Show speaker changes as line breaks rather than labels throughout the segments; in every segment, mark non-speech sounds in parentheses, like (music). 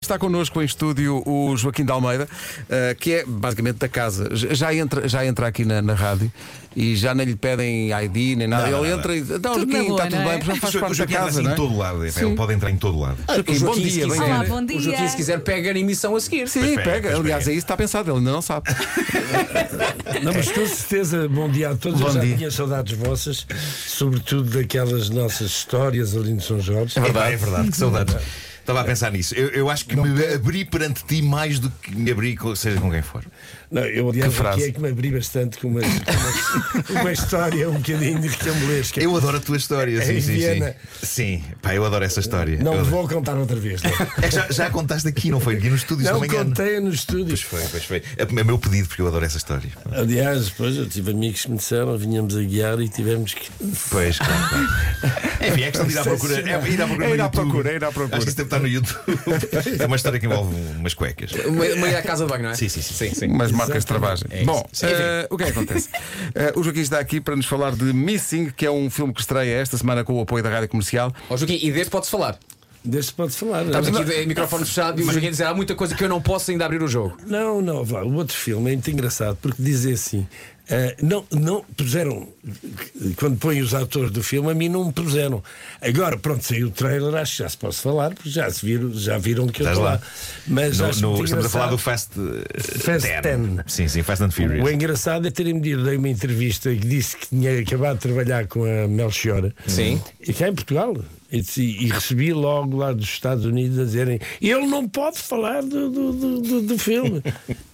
Está connosco em estúdio o Joaquim de Almeida, eh, que é basicamente da casa. J- Já entra, já entra aqui na, na rádio e já nem lhe pedem ID nem nada.
Não,
Ele
não,
entra e. Não,
Tudo na
Joaquim,
boa,
está tudo
não é?
bem, já faz
O
parte da
Joaquim entra
casa,
assim
não
em
é?
todo lado, é, pá, ele pode entrar em todo lado.
Joaquim,
O
bom
Joaquim, se
dia,
quiser-
bem-vindo.
Olá, bom dia.
O Joaquim, se quiser, pega a emissão a seguir.
Sim,
pega,
pega.
pois
Aliás,
pega.
aí está pensado, ele ainda não sabe.
Não, mas com certeza, bom dia a todos.
Bom
eu já
dia.
tinha saudades vossas, sobretudo daquelas nossas histórias ali no São Jorge.
É verdade, é verdade, que saudades. Estava a pensar nisso. Eu, eu acho que me abri perante ti mais do que me abri, com- seja com quem for.
Não, eu aliás
Que frase.
aqui é que me abri bastante com uma, (laughs) com uma, uma história um bocadinho de recambulesca.
Eu adoro a tua história,
É
sim, sim,
Viena.
sim. Sim, pá, eu adoro essa história.
Não
Eu adoro.
vou contar outra
(laughs)
vez. Não,
É que já, já a contaste aqui, não foi? Aqui no estúdio, se não
não
me engano.
contei no estúdio.
Pois foi, pois foi. É o meu pedido, porque eu adoro essa história.
Aliás, depois eu tive amigos que me disseram, vinhamos a guiar e tivemos que.
Pois, claro. claro. Enfim, é questão de ir à (laughs) procura. É ir à procura.
É ir
no
à
YouTube.
procura, é ir à procura.
Acho que isso deve estar no YouTube. É uma história que envolve umas cuecas.
Uma, uma ida à casa de banho, não é?
Sim, sim, sim.
Umas marcas de travagem. Bom, eh, o que é que
(laughs)
acontece? Eh, o Joaquim está aqui para nos falar de Missing, que é um filme que estreia esta semana com o apoio da Rádio Comercial.
Ó Joaquim, e desde pode-se falar.
Deste pode falar. é?
Estamos aqui de microfone fechado e o Joaquim dizer há muita coisa que eu não posso ainda abrir o jogo.
Não, não, vá, o outro filme é muito engraçado porque diz assim. ah, não, não puseram quando põem os atores do filme, a mim não me puseram. Agora, pronto, saiu o trailer, acho que já se posso falar, porque já, se viram, já viram que eu
Estás
estou lá.
lá.
Mas
No-
acho
no-
muito
estamos a falar
engraçado.
do Fast, eh,
Fast 10.
Sim, sim, Fast and Furious.
O engraçado é terem-me dito, dei uma entrevista que disse que tinha acabado de trabalhar com a Melchiora.
Sim.
E cá em Portugal. E, disse- e recebi logo lá dos Estados Unidos a dizerem: ele não pode falar do, do, do, do- do filme.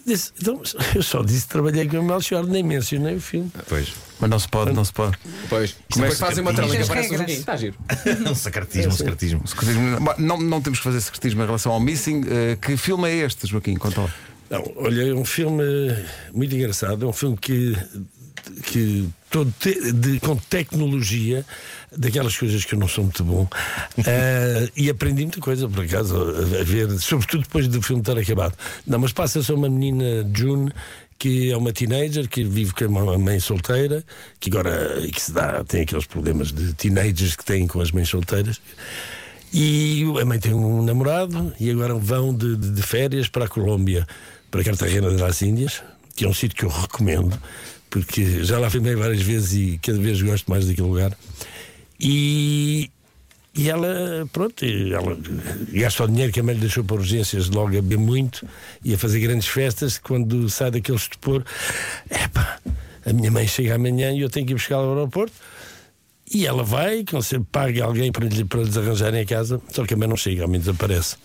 disse, então, eu só disse que trabalhei com a Melchior, nem mencionei o filme.
Pois. (laughs)
Mas não se pode, não se pode.
Pois. Depois fazem uma trela que
As
aparece o
regras.
Joaquim. Está giro.
um secretismo, um secretismo.
Secretismo- Bom, Não, não temos que fazer secretismo em relação ao Missing. Eh, que filme é este, Joaquim? Conta lá.
Não, olha, é um filme muito engraçado. É um filme que, que todo te- de- com tecnologia, daquelas coisas que eu não sou muito bom, (laughs) eh, e aprendi muita coisa, por acaso, a, a ver, sobretudo depois do filme estar acabado. Não, mas passa-se a uma menina, June, que é uma teenager, que vive com uma mãe solteira, que agora eh, que se dá, tem aqueles problemas de teenagers que têm com as mães solteiras. E a mãe tem um namorado e agora vão de, de- de férias para a Colômbia, para Cartagena das Índias, que é um sítio que eu recomendo, porque já lá filmei várias vezes e cada vez gosto mais daquele lugar. E, e ela, pronto, ela gasta o dinheiro que a mãe lhe deixou para urgências logo a beber muito e a fazer grandes festas. Quando sai daquele estupor, epá, a minha mãe chega amanhã e eu tenho que ir buscá-la ao aeroporto. E ela vai, que não sei, paga alguém para, lhe, para lhes arranjarem a casa, só que a mãe não chega, a mãe desaparece.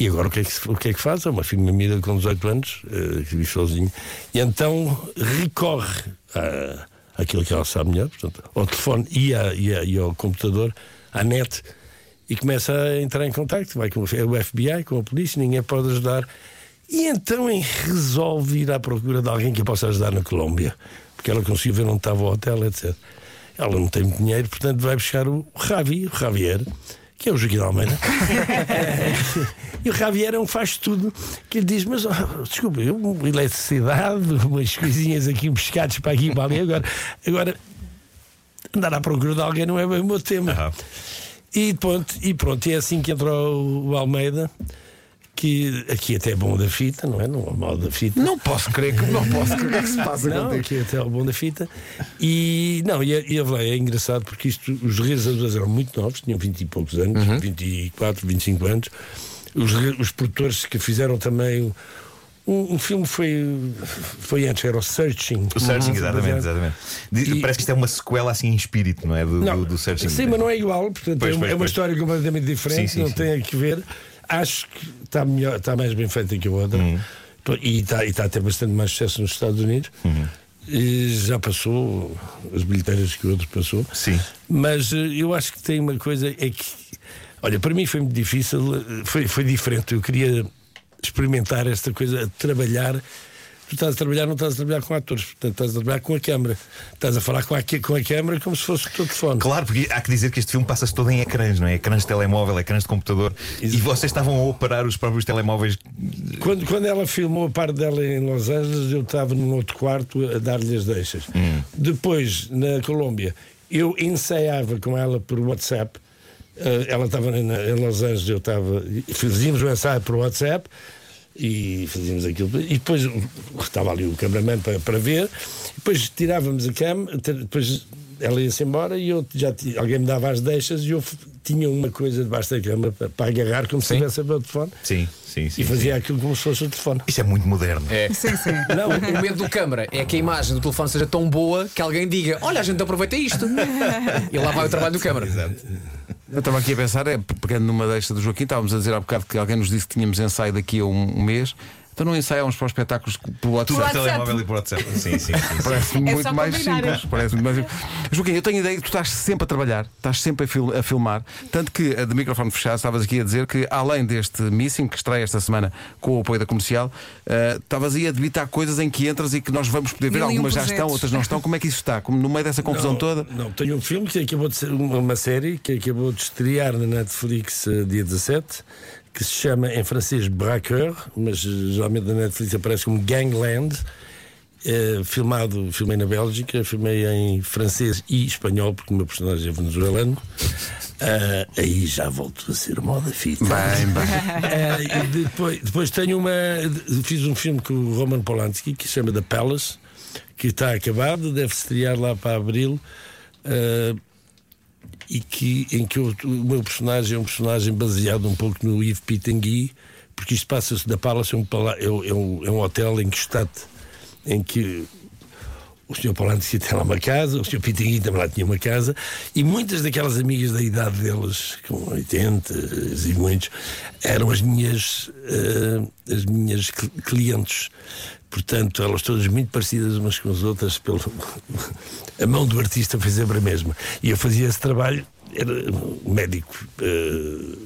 E agora o que é que, se- o que, é que faz? É uma filha miúda com 18 anos, eh, que vive sozinha, e então recorre à- àquilo que ela sabe melhor, portanto, ao telefone e, à- e à- e ao computador, à net, e começa a entrar em contacto, vai com o FBI, com a polícia, ninguém pode ajudar. E então em- resolve ir à procura de alguém que a possa ajudar na Colômbia, porque ela conseguiu ver onde estava o hotel, etc. Ela não tem muito dinheiro, portanto vai buscar o Javi, o Javier, que é o Joaquim de Almeida. E o Javier é um faz tudo que lhe diz: Mas oh, desculpa, eu, eletricidade, umas coisinhas aqui, uns pescados para aqui e para ali. Agora, agora andar à procura de alguém não é bem o meu tema.
Aham.
E, pronto, e pronto, e é assim que entrou o Almeida, que aqui até é bom da fita, não é? Não é mal da fita.
Não posso crer que não posso (laughs) crer que se passa
Não,
contigo.
aqui até ao bom da fita. E não, e, é- e é, verdade, é engraçado porque isto, os realizadores eram muito novos, tinham 20 e poucos anos,
Uhum.
24, 25 anos. Os, re- os produtores que fizeram também. o- Um, um filme foi, foi antes, era o Searching.
O Searching, exatamente,
Uhum.
exatamente. Diz-
E-
Parece que isto é uma sequela assim em espírito, não é? Do, do, do Searching.
Sim, mas não é igual, portanto
Pois,
é, uma-
pois,
é uma
pois.
história completamente diferente,
Sim, sim,
não
sim.
tem a que ver. Acho que está, melhor, está mais bem feita que a outra
Uhum.
Pô, e está, e está a ter bastante mais sucesso nos Estados Unidos.
Uhum.
E já passou as bilheteiras que o outro passou.
Sim.
Mas eh, eu acho que tem uma coisa é que. Olha, para mim foi muito difícil, eh, foi, foi diferente. Eu queria experimentar esta coisa, trabalhar. Tu estás a trabalhar, não estás a trabalhar com atores, portanto estás a trabalhar com a câmara. Estás a falar com a, com a câmara como se fosse o teu telefone.
Claro, porque há que dizer que este filme passa-se todo em ecrãs, não é? Ecrãs de telemóvel, ecrãs de computador. E vocês estavam a operar os próprios telemóveis.
Quando, quando ela filmou a parte dela em Los Angeles, eu estava num outro quarto a dar-lhe as deixas. Depois, na Colômbia, eu ensaiava com ela por WhatsApp. eh, Eh, ela estava na- em Los Angeles, eu estava. e Fazíamos o ensaio por WhatsApp e fazíamos aquilo. E depois o- estava ali o cameraman para, para ver. Depois tirávamos a cam, ter- depois ela ia-se embora e eu já ti- alguém me dava as deixas e eu f- tinha uma coisa debaixo da cama para, para agarrar, como se estivesse a ver o telefone.
Sim, sim, sim.
E fazia aquilo como se fosse o telefone.
Isso é muito moderno.
É.
Sim, sim.
Não, o medo do câmara é que a imagem do telefone seja tão boa que alguém diga: Olha, a gente aproveita isto. e lá vai o trabalho do câmara.
Eu estava aqui a pensar, é, pegando numa deixa do Joaquim, estávamos a dizer há bocado que alguém nos disse que tínhamos ensaio daqui a um, um mês, então não ensaiámos para os espetáculos pelo WhatsApp.
Tudo por
WhatsApp.
telemóvel e por WhatsApp. Sim, sim, sim. sim.
Parece
É
muito
só
mais
combinar,
simples. Parece muito mais simples. Joaquim, eu tenho ideia que tu estás sempre a trabalhar, estás sempre a, fil- a filmar. Tanto que, eh, de microfone fechado, estavas aqui a dizer que, além deste Missing, que estreia esta semana com o apoio da comercial, eh, estavas aí a debitar coisas em que entras e que nós vamos poder ver.
Mil e um
Algumas já estão,
projetos.
outras não estão. Como é que isso está? Como no meio dessa confusão
não,
é toda?
Não, tenho um filme que acabou de ser uma uma série que acabou de estrear na Netflix eh, dia 17, que se chama em francês Braqueur, mas eh, geralmente na Netflix aparece como Gangland. eh, filmado, filmei na Bélgica, filmei em francês e espanhol, porque o meu personagem é venezuelano. Ah, aí já volto a ser moda fita.
Bem,
(laughs)
bem.
Eh, e depois, depois tenho uma. Fiz um filme com o Roman Polanski que se chama The Palace, que está acabado, deve estrear lá para abril. eh, e que, em que eu- o meu personagem é um personagem baseado um pouco no Yves Pitangui, porque isto passa-se da Palace, é um, pala- é um- é um- é um hotel em que está em que o Sr. Polanski tem lá uma casa, o Sr. Pitingui também lá tinha uma casa, e muitas daquelas amigas da idade deles, com 80 e muitos, eram as minhas, eh, as minhas cl- clientes. Portanto, elas todas muito parecidas umas com as outras, pelo... (laughs) a mão do artista foi sempre a mesma. E eu fazia esse trabalho, era um médico. eh,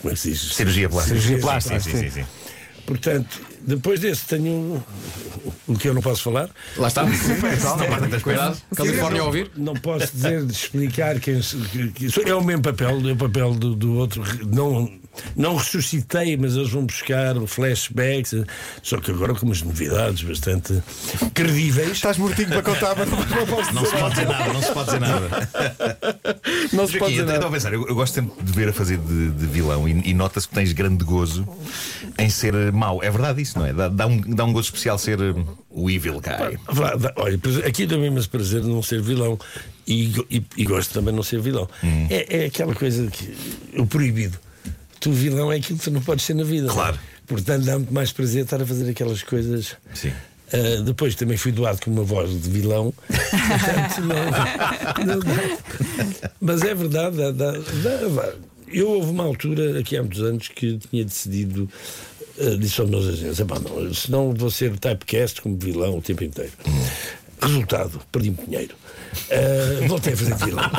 como é que se diz?
Cirurgia plástica.
Cirurgia
Sim,
plástica.
Sim, sim, sim. sim.
Portanto, depois desse tenho um, o que eu não posso falar.
Lá está. Cuidado, Califórnia a ouvir.
Não posso dizer, de explicar quem. se- que- que- sou- é o mesmo papel, é o papel do, do outro. Não, não ressuscitei, mas eles vão buscar flashbacks. Só que agora com umas novidades bastante credíveis.
Estás mortinho para contar, mas não posso
Não se pode dizer nada, não se pode dizer nada.
Não se
Joaquim,
pode
eu
dizer
estava a
nada.
pensar, eu, eu gosto sempre de ver a fazer de, de vilão e, e nota-se que tens grande gozo em ser mau. É verdade isso, não é? Dá, dá um, dá um gozo especial ser hum, o evil guy.
Vá- vá- Olha, pois aqui dá-me imenso prazer de não ser vilão e, go- e- e gosto também de não ser vilão.
Hum.
É, é aquela coisa que o proibido. Tu, vilão, é aquilo que tu não podes ser na vida.
Claro.
Portanto, dá-me mais prazer estar a fazer aquelas coisas.
Sim.
Ah, depois também fui doado com uma voz de vilão. Portanto, não- não dá. Mas é verdade. dá- dá- dá- vá. Eu houve uma altura, aqui há muitos anos, que tinha decidido. ah, disse aos meus agentes: "Epá, não, senão vou ser typecast como vilão o tempo inteiro. Resultado: perdi-me dinheiro. Ah, voltei a fazer de vilão.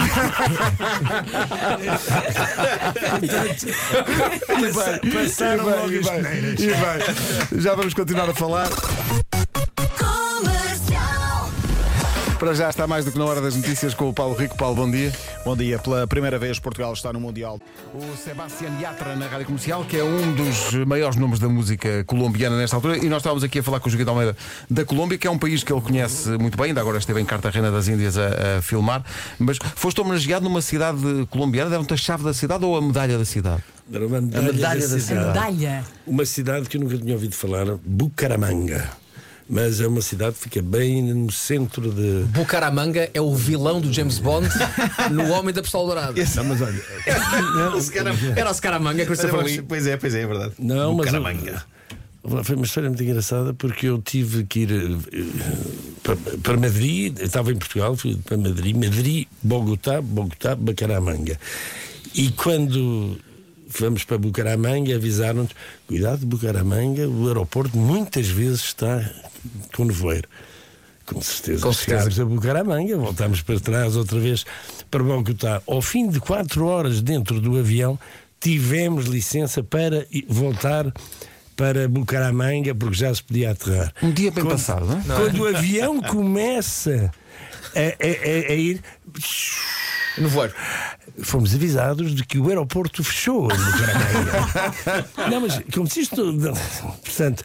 Portanto, passaram logo as peneiras.
E bem, já vamos continuar a falar. Para já está mais do que na hora das notícias com o Paulo Rico. Paulo, bom dia.
Bom dia. Pela primeira vez, Portugal está no Mundial.
O Sebastián Yatra na Rádio Comercial, que é um dos maiores nomes da música colombiana nesta altura, e nós estávamos aqui a falar com o Joaquim de Almeida da Colômbia, que é um país que ele conhece muito bem, ainda agora esteve em Cartagena das Índias a, a filmar, mas foste homenageado numa cidade colombiana, deram-te a chave da cidade ou a medalha da cidade?
Era uma medalha,
medalha da
A medalha.
Uma cidade que eu nunca tinha ouvido falar, Bucaramanga. Mas é uma cidade que fica bem no centro de.
Bucaramanga é o vilão do James Bond no Homem da Pistola Dourada.
Não, Ah, mas olha.
Era o Scaramanga, Christopher Lee.
Pois é, pois é, é verdade.
Não, mas. eu- (laughs)
Bucaramanga.
Foi uma história muito engraçada porque eu tive que ir eh, para, para Madrid, eu estava em Portugal, fui para Madrid, Madrid, Bogotá, Bogotá, Bucaramanga. E quando fomos para Bucaramanga, avisaram-nos: cuidado, Bucaramanga, o aeroporto muitas vezes está com nevoeiro. Com certeza.
Com certeza.
Chegámos a Bucaramanga, voltámos para trás outra vez para Bogotá. Ao fim de quatro horas dentro do avião, tivemos licença para i- voltar para Bucaramanga, porque já se podia aterrar.
Um dia bem passado, não é?
Quando o avião começa a, a- a- a ir,
No voeiro.
fomos avisados de que o aeroporto fechou em Bucaramanga. não, mas como se isto. não, Portanto.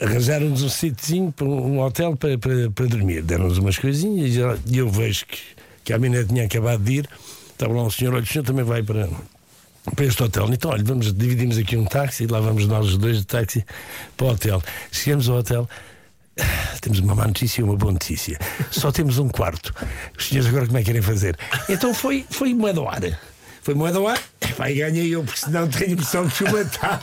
Arranjaram-nos um sítiozinho, para um um hotel para, para, para dormir. Deram-nos umas coisinhas e eu- e eu vejo que, que a menina tinha acabado de ir. Estava lá um senhor, olha, o senhor também vai para, para este hotel. Então, olha, vamos, dividimos aqui um táxi, lá vamos nós os dois de táxi para o hotel. Chegamos ao hotel, Ah, temos uma má notícia e uma boa notícia. Só temos um quarto. Os senhores agora como é que querem fazer? Então foi, foi moeda ao ar. Foi moeda ao ar. É, Vai, ganhei eu, porque senão tenho a impressão de que o matava.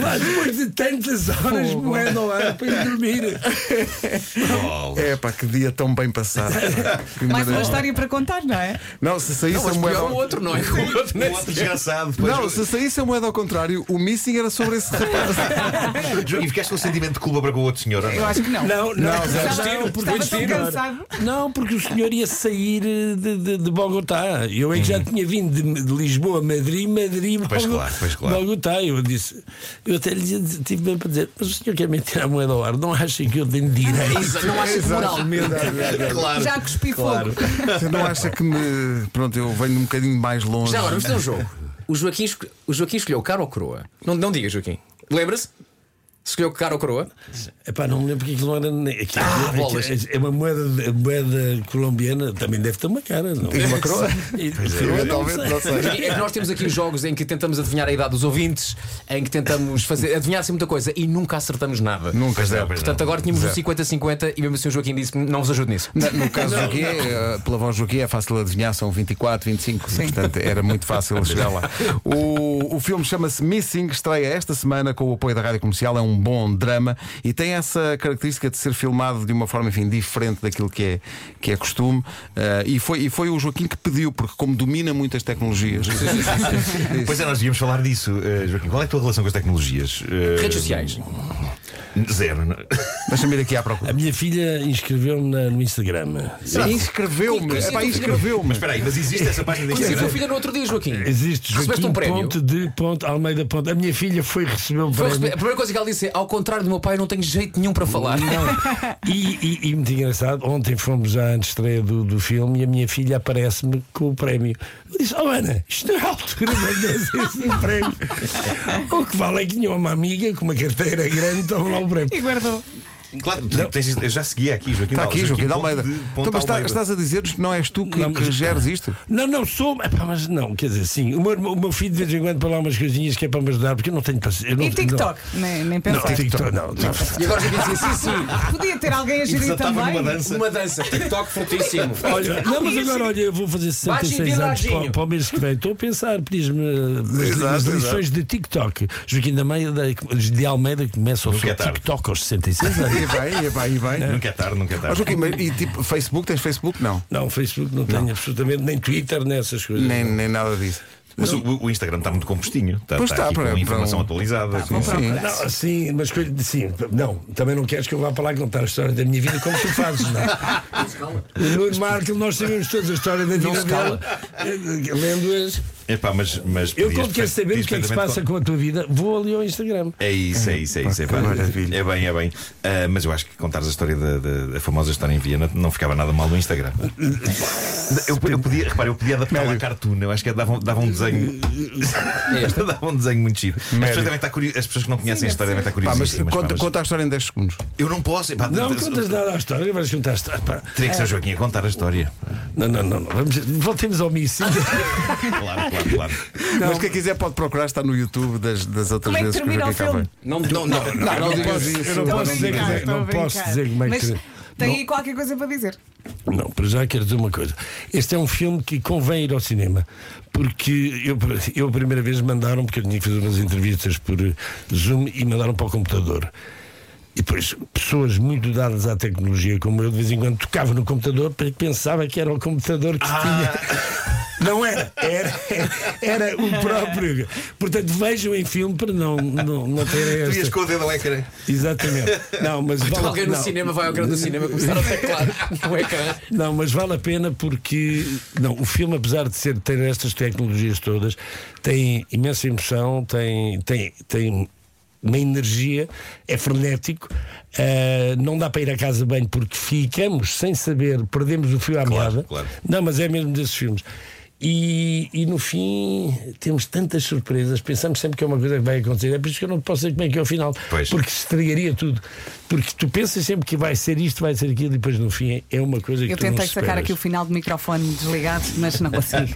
Vá, depois de tantas horas, moeda ao ar para ir dormir.
É pá, que dia tão bem passado. (laughs) Que
Mais uma
maravilha.
história para contar, não é?
Não, se saísse a
Mas
moeda.
pior
ao-
o outro,
(laughs)
não é?
O outro desgraçado. depois-
Não, se saísse a moeda ao contrário, o missing era sobre esse (laughs) rapaz.
E ficaste com o sentimento de culpa para com o outro senhor. ou não?
Eu acho que não.
Não, não,
Estava, estava tão cansado.
Não, porque o senhor ia sair eh, de, de, de Bogotá. Eu é que já tinha vindo de, de Lisboa a Madrid, Madrid,
Pois
Bogo-
claro, pois claro.
Bogotá. Eu disse, eu até lhe disse- tive bem para dizer, mas o senhor quer me tirar a moeda ao ar, não acha que eu tenho
(laughs)
direito?
Isso, não achas moral.
Claro.
Já cuspi fogo.
Você não acha que me. Pronto, eu venho um bocadinho mais longe.
Já agora, vamos fazer um jogo. O Joaquim, esco- o Joaquim escolheu cara ou coroa? Não, não diga, Joaquim. Lembra-se? Escolheu cara ou coroa?
Epá, não me lembro porque aquilo era. ne- Aquilo,
Ah,
aquilo-
bolas.
é uma moeda, de- moeda colombiana, também deve ter uma cara, não? é?
Uma coroa?
E-
Eventualmente, não sei.
É que nós temos aqui jogos em que tentamos adivinhar a idade dos ouvintes, em que tentamos fazer, adivinhar assim muita coisa e nunca acertamos nada.
Nunca,
Pois é,
zero.
pois é.
Portanto, agora tínhamos um 50-50 e mesmo assim o Joaquim disse: não vos ajude nisso.
Na- No caso do Joaquim, eh, pela voz do Joaquim, é fácil adivinhar, são 24, 25, portanto era muito fácil chegar lá. O, o filme chama-se Missing, estreia esta semana com o apoio da Rádio Comercial, é um bom drama e tem essa característica de ser filmado de uma forma, enfim, diferente daquilo que é, que é costume. Eh, e, foi, e foi o Joaquim que pediu, porque como domina muitas tecnologias. (laughs) Disse,
Pois é, nós íamos falar disso, eh, Joaquim. Qual é a tua relação com as tecnologias? Eh,
Redes sociais.
Zero. não? (laughs)
Deixa-me ir aqui à
A
procura.
minha filha inscreveu-me na- no Instagram.
Inscreveu-me,
Inclusive,
Epá,
eu-
inscreveu-me.
Espera aí, mas existe essa página da
Conheci a tua
Instagram?
filha no outro dia, Joaquim.
Existe
Recebeste
Joaquim
um prémio.
Ponte de Ponte Almeida Ponte. A minha filha foi receber um
Foi
prémio.
receber- a primeira coisa que ela disse é: ao contrário do meu pai, eu não tenho jeito nenhum para falar.
Não. E, e- e muito engraçado, ontem fomos à estreia do, do filme e a minha filha aparece-me com o prémio. Eu disse: Oh Ana, isto não é a altura de agradecer esse prémio. o que vale é que tinha uma amiga com uma carteira grande, toma lá o prémio.
E guardou.
Claro, tu tens, eu já seguia aqui, Joaquim.
Está
Alves,
Tá aqui, Joaquim de Almeida.
ponto de- ponto
Então, mas está-
Almeida.
estás a dizer-nos que não és tu que,
Não, mas-
que geres isto?
Não, não, sou. Epá, mas não, quer dizer, sim. O meu, irmão- o meu filho de vez em quando para lá umas coisinhas que é para me ajudar, porque eu não tenho paciência. eu não-
E TikTok? Nem, nem
Não, não,
pensar.
TikTok, não. não.
E agora o Joaquim dizia: sim, sim,
Podia ter alguém a gerir
desatava
também.
numa dança.
uma dança, TikTok fortíssimo.
Olha, não, mas agora, olha, eu vou fazer
Baixem
66 anos
vibradinho.
para, para o mês que vem. Estou a pensar, pedis-me
Exato,
as
exato.
lições de TikTok. Joaquim da Almeida, de Almeida, que começa o
Nunca é
seu
tarde.
TikTok aos 66 anos.
E vai, e vai, e vai.
Nunca é tarde, nunca é
Ó,
tarde.
Joaquim, mas e tipo, Facebook? Tens Facebook? Não.
Não, Facebook não, tenho absolutamente, nem Twitter, nessas coisas.
Nem, nem nada disso.
Mas o, o Instagram está muito compostinho. Está,
Pois está,
aqui
para-
com informação
para um-
atualizada. com-
Sim.
Ah, Não, sim, mas coisa- sim, não, também não queres que eu vá para lá contar a história da minha vida como tu fazes, não é? O Nuno Marco, nós sabemos todos a história da vida dela, eh, lendo-as.
Epá, mas, mas
Eu,
podias
quando
perfe-
quero saber o que é que se
perfeitamente
passa com a tua vida, vou ali ao Instagram.
É isso, é isso, é isso. É,
que
pá.
maravilha.
é bem, é bem. Ah, mas eu acho que contares a história da, da- da famosa história em Viena não ficava nada mal no Instagram. Eu, eu podia, repara, eu podia adaptá-la à cartoon. Eu acho que dava, um- dava um desenho. (laughs)
É
dava um desenho muito chido. As pessoas, devem estar curi- as pessoas que não conhecem a história devem estar
Pá, mas
curiosíssimas. pá,
conta,
mas
conta a história em 10 segundos.
Eu não posso. Pá,
Não
de- de-
contas nada à história, vais contar a história. pá.
Teria que ser o Joaquim a contar a história.
Não, não, não, não. Vamos, voltemos ao míssil.
Claro, claro, claro.
Mas quem quiser pode procurar, está no YouTube das, das outras
Como é que
vezes
termina
o
o
Joaquim cá
filme?
vai.
Não, não, não, não,
Tá, não
digas
posso. Então,
isso.
Eu não posso
dizer
brincar,
como é que-
estou a
não posso
brincar.
dizer como é que-
Mas tem aí qualquer coisa para dizer.
(laughs) Não, para já quero dizer uma coisa. Este é um filme que convém ir ao cinema. Porque eu, eu a primeira vez mandaram, porque eu tinha que fazer umas entrevistas por eh, Zoom e mandaram para o computador. E depois, pessoas muito dadas à tecnologia, como eu, de vez em quando tocava no computador, porque pensava que era o computador que tinha. Não era, era, era o próprio. Portanto, vejam em filme para não, não, não terem
Tu ias
esta.
com o dedo ao ecrã.
Exatamente.
(laughs)
Não, mas vale-
Alguém no
não.
cinema vai ao grande
(laughs)
do cinema começar a (laughs) teclar no ecrã.
Não, mas vale a pena porque não, o filme, apesar de ser, ter estas tecnologias todas, tem imensa emoção, tem, tem, tem uma energia, é frenético, ah, não dá para ir à casa bem porque ficamos sem saber, perdemos o fio à meada.
claro.
Não, mas é mesmo desses filmes. E, e no fim temos tantas surpresas, pensamos sempre que é uma coisa que vai acontecer. É por isso que eu não posso dizer como é que é o final,
Pois.
porque estragaria tudo. Por Porque tu pensas sempre que vai ser isto, vai ser aquilo, e depois no fim é uma coisa que
Eu
tu não
tentei sacar
esperas.
aqui o final do microfone desligado, mas não consigo.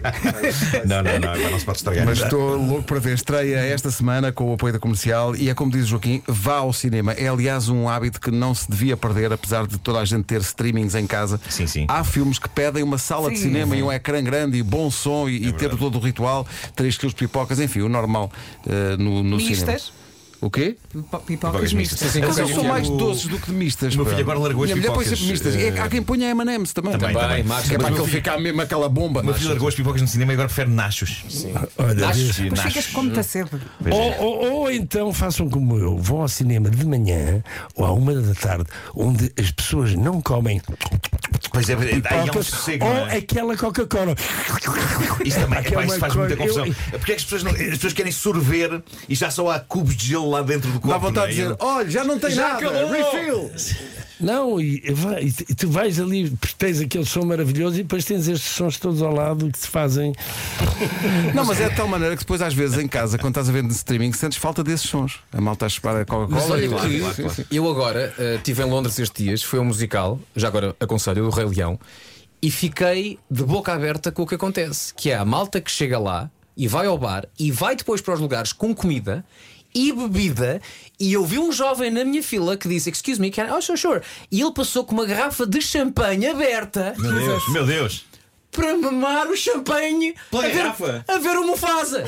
Não, não, não, agora não se pode estragar.
Mas estou louco para ver. Estreia esta semana com o apoio da comercial e é como diz o Joaquim: vá ao cinema. É, aliás, um hábito que não se devia perder, apesar de toda a gente ter streamings em casa.
Sim, sim.
Há filmes que pedem uma sala de
Sim.
cinema e um ecrã grande e bom som e, e ter
É verdade.
todo o ritual, 3 quilos de pipocas, enfim, o normal eh, no, no cinema.
Mistas.
O quê?
Pipo-
Pipocas
Pipocas mistas.
mistas.
Mas
Sim,
eu
sim,
sou
sim.
mais de doces do que de mistas.
meu
pá.
filho agora largou as
Minha mulher põe
pipocas,
sempre mistas. E é
eh,
Há quem ponha M&M's também.
Também, também.
Max,
Que é para
Mas o
aquele
meu filho-
ficar mesmo aquela bomba.
Meu filho largou as pipocas no cinema e agora prefere nachos. Sim.
Olha,
Acho-
vês?
Mas ficas como está sempre.
Ou, ou- ou então façam como eu, vão ao cinema de manhã ou à uma da tarde, onde as pessoas não comem
Pois é, aí há um
pipocas
sossego.
ou
não é?
aquela Coca-Cola.
Isso também
Aquela
epá, isso faz
coisa-
muita confusão.
eu-
Porque é que as pessoas, não- as pessoas querem sorver e já só há cubos de gelo lá dentro do copo?
Dá vontade de
não é?
dizer: olha, já não tem
Já
nada.
acabou.
Refill.
Não, e, e vai- e tu- e tu vais ali, porque tens aquele som maravilhoso e depois tens estes sons todos ao lado que te fazem.
Não, mas é de tal maneira que depois, às vezes, em casa, quando estás a ver no streaming, sentes falta desses sons. A malta a chupar a
Mas
Coca-Cola
olha
e
que eu agora eh, estive em Londres estes dias, foi um musical, já agora aconselho, do Rei Leão, e fiquei de boca aberta com o que acontece, que é a malta que chega lá e vai ao bar e vai depois para os lugares com comida e bebida e eu vi um jovem na minha fila que disse excuse me, can I... oh sure, sure e ele passou com uma garrafa de champanhe aberta
Meu Deus, meu Deus.
para mamar o champanhe
Pela
a ver,
garrafa?
a ver o Mufasa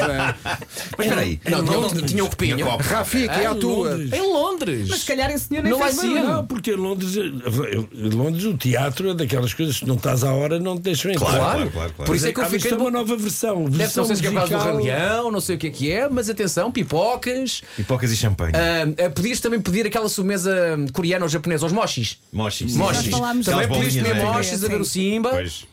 Mas espera aí.
Não, tinha um- tinha um copinho.
copo.
Rafi, que é a tua.
Londres.
em Londres
Se calhar esse senhor nem
Não
fez
vai
bem,
ser.
Não, porque em Londres, eh, em Londres o teatro é daquelas coisas que não estás à hora, não te deixam entrar.
Claro,
Claro.
claro, claro. claro.
Por isso é que eu
Há visto
fiquei de
uma
boca
nova versão.
Deve ser,
versão
não sei se é por causa do
musical.
Rei Leão, não sei o que é que é, mas atenção, pipocas.
Pipocas e champanhe.
Ah, ah, podias também pedir aquela sobremesa hum, coreana ou japonesa, aos mochis.
Mochis.
Mochis.
Nós falámos
Também
Aquelas
disso.
podias
bolinhas,
comer
né?
mochis a ver o
Sim.
Simba
Pois,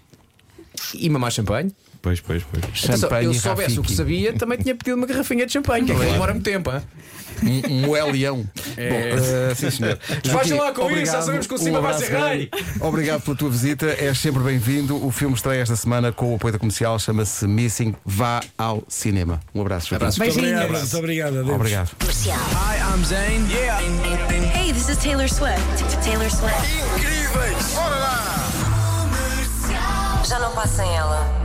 e mamar champanhe.
pois, pois, pois.
Atenção,
Champanhe
eu
e
se soubesse o que
Rafiki.
sabia, também tinha pedido uma garrafinha de champanhe. Claro. Demora-me tempo. hã?
Um um leão. Bom, eh, sim,
(laughs)
senhor. Joaquim,
Despachem É. lá com isso,
obrigado,
já sabemos que o
um
Simba vai ser
abraço
rei.
grande. Obrigado pela tua visita, és sempre bem-vindo. O filme estreia esta semana com o apoio da comercial, chama-se Missing. Vá ao cinema. Um abraço, Joaquim.
Obrigado,
Beijinhos.
abraço, obrigado. adeus.
Obrigado.
Hi, I'm Zane. Yeah.
Hey, this is Taylor Swift. Taylor Swift.
Incríveis. Bora lá.
Já não passa em ela.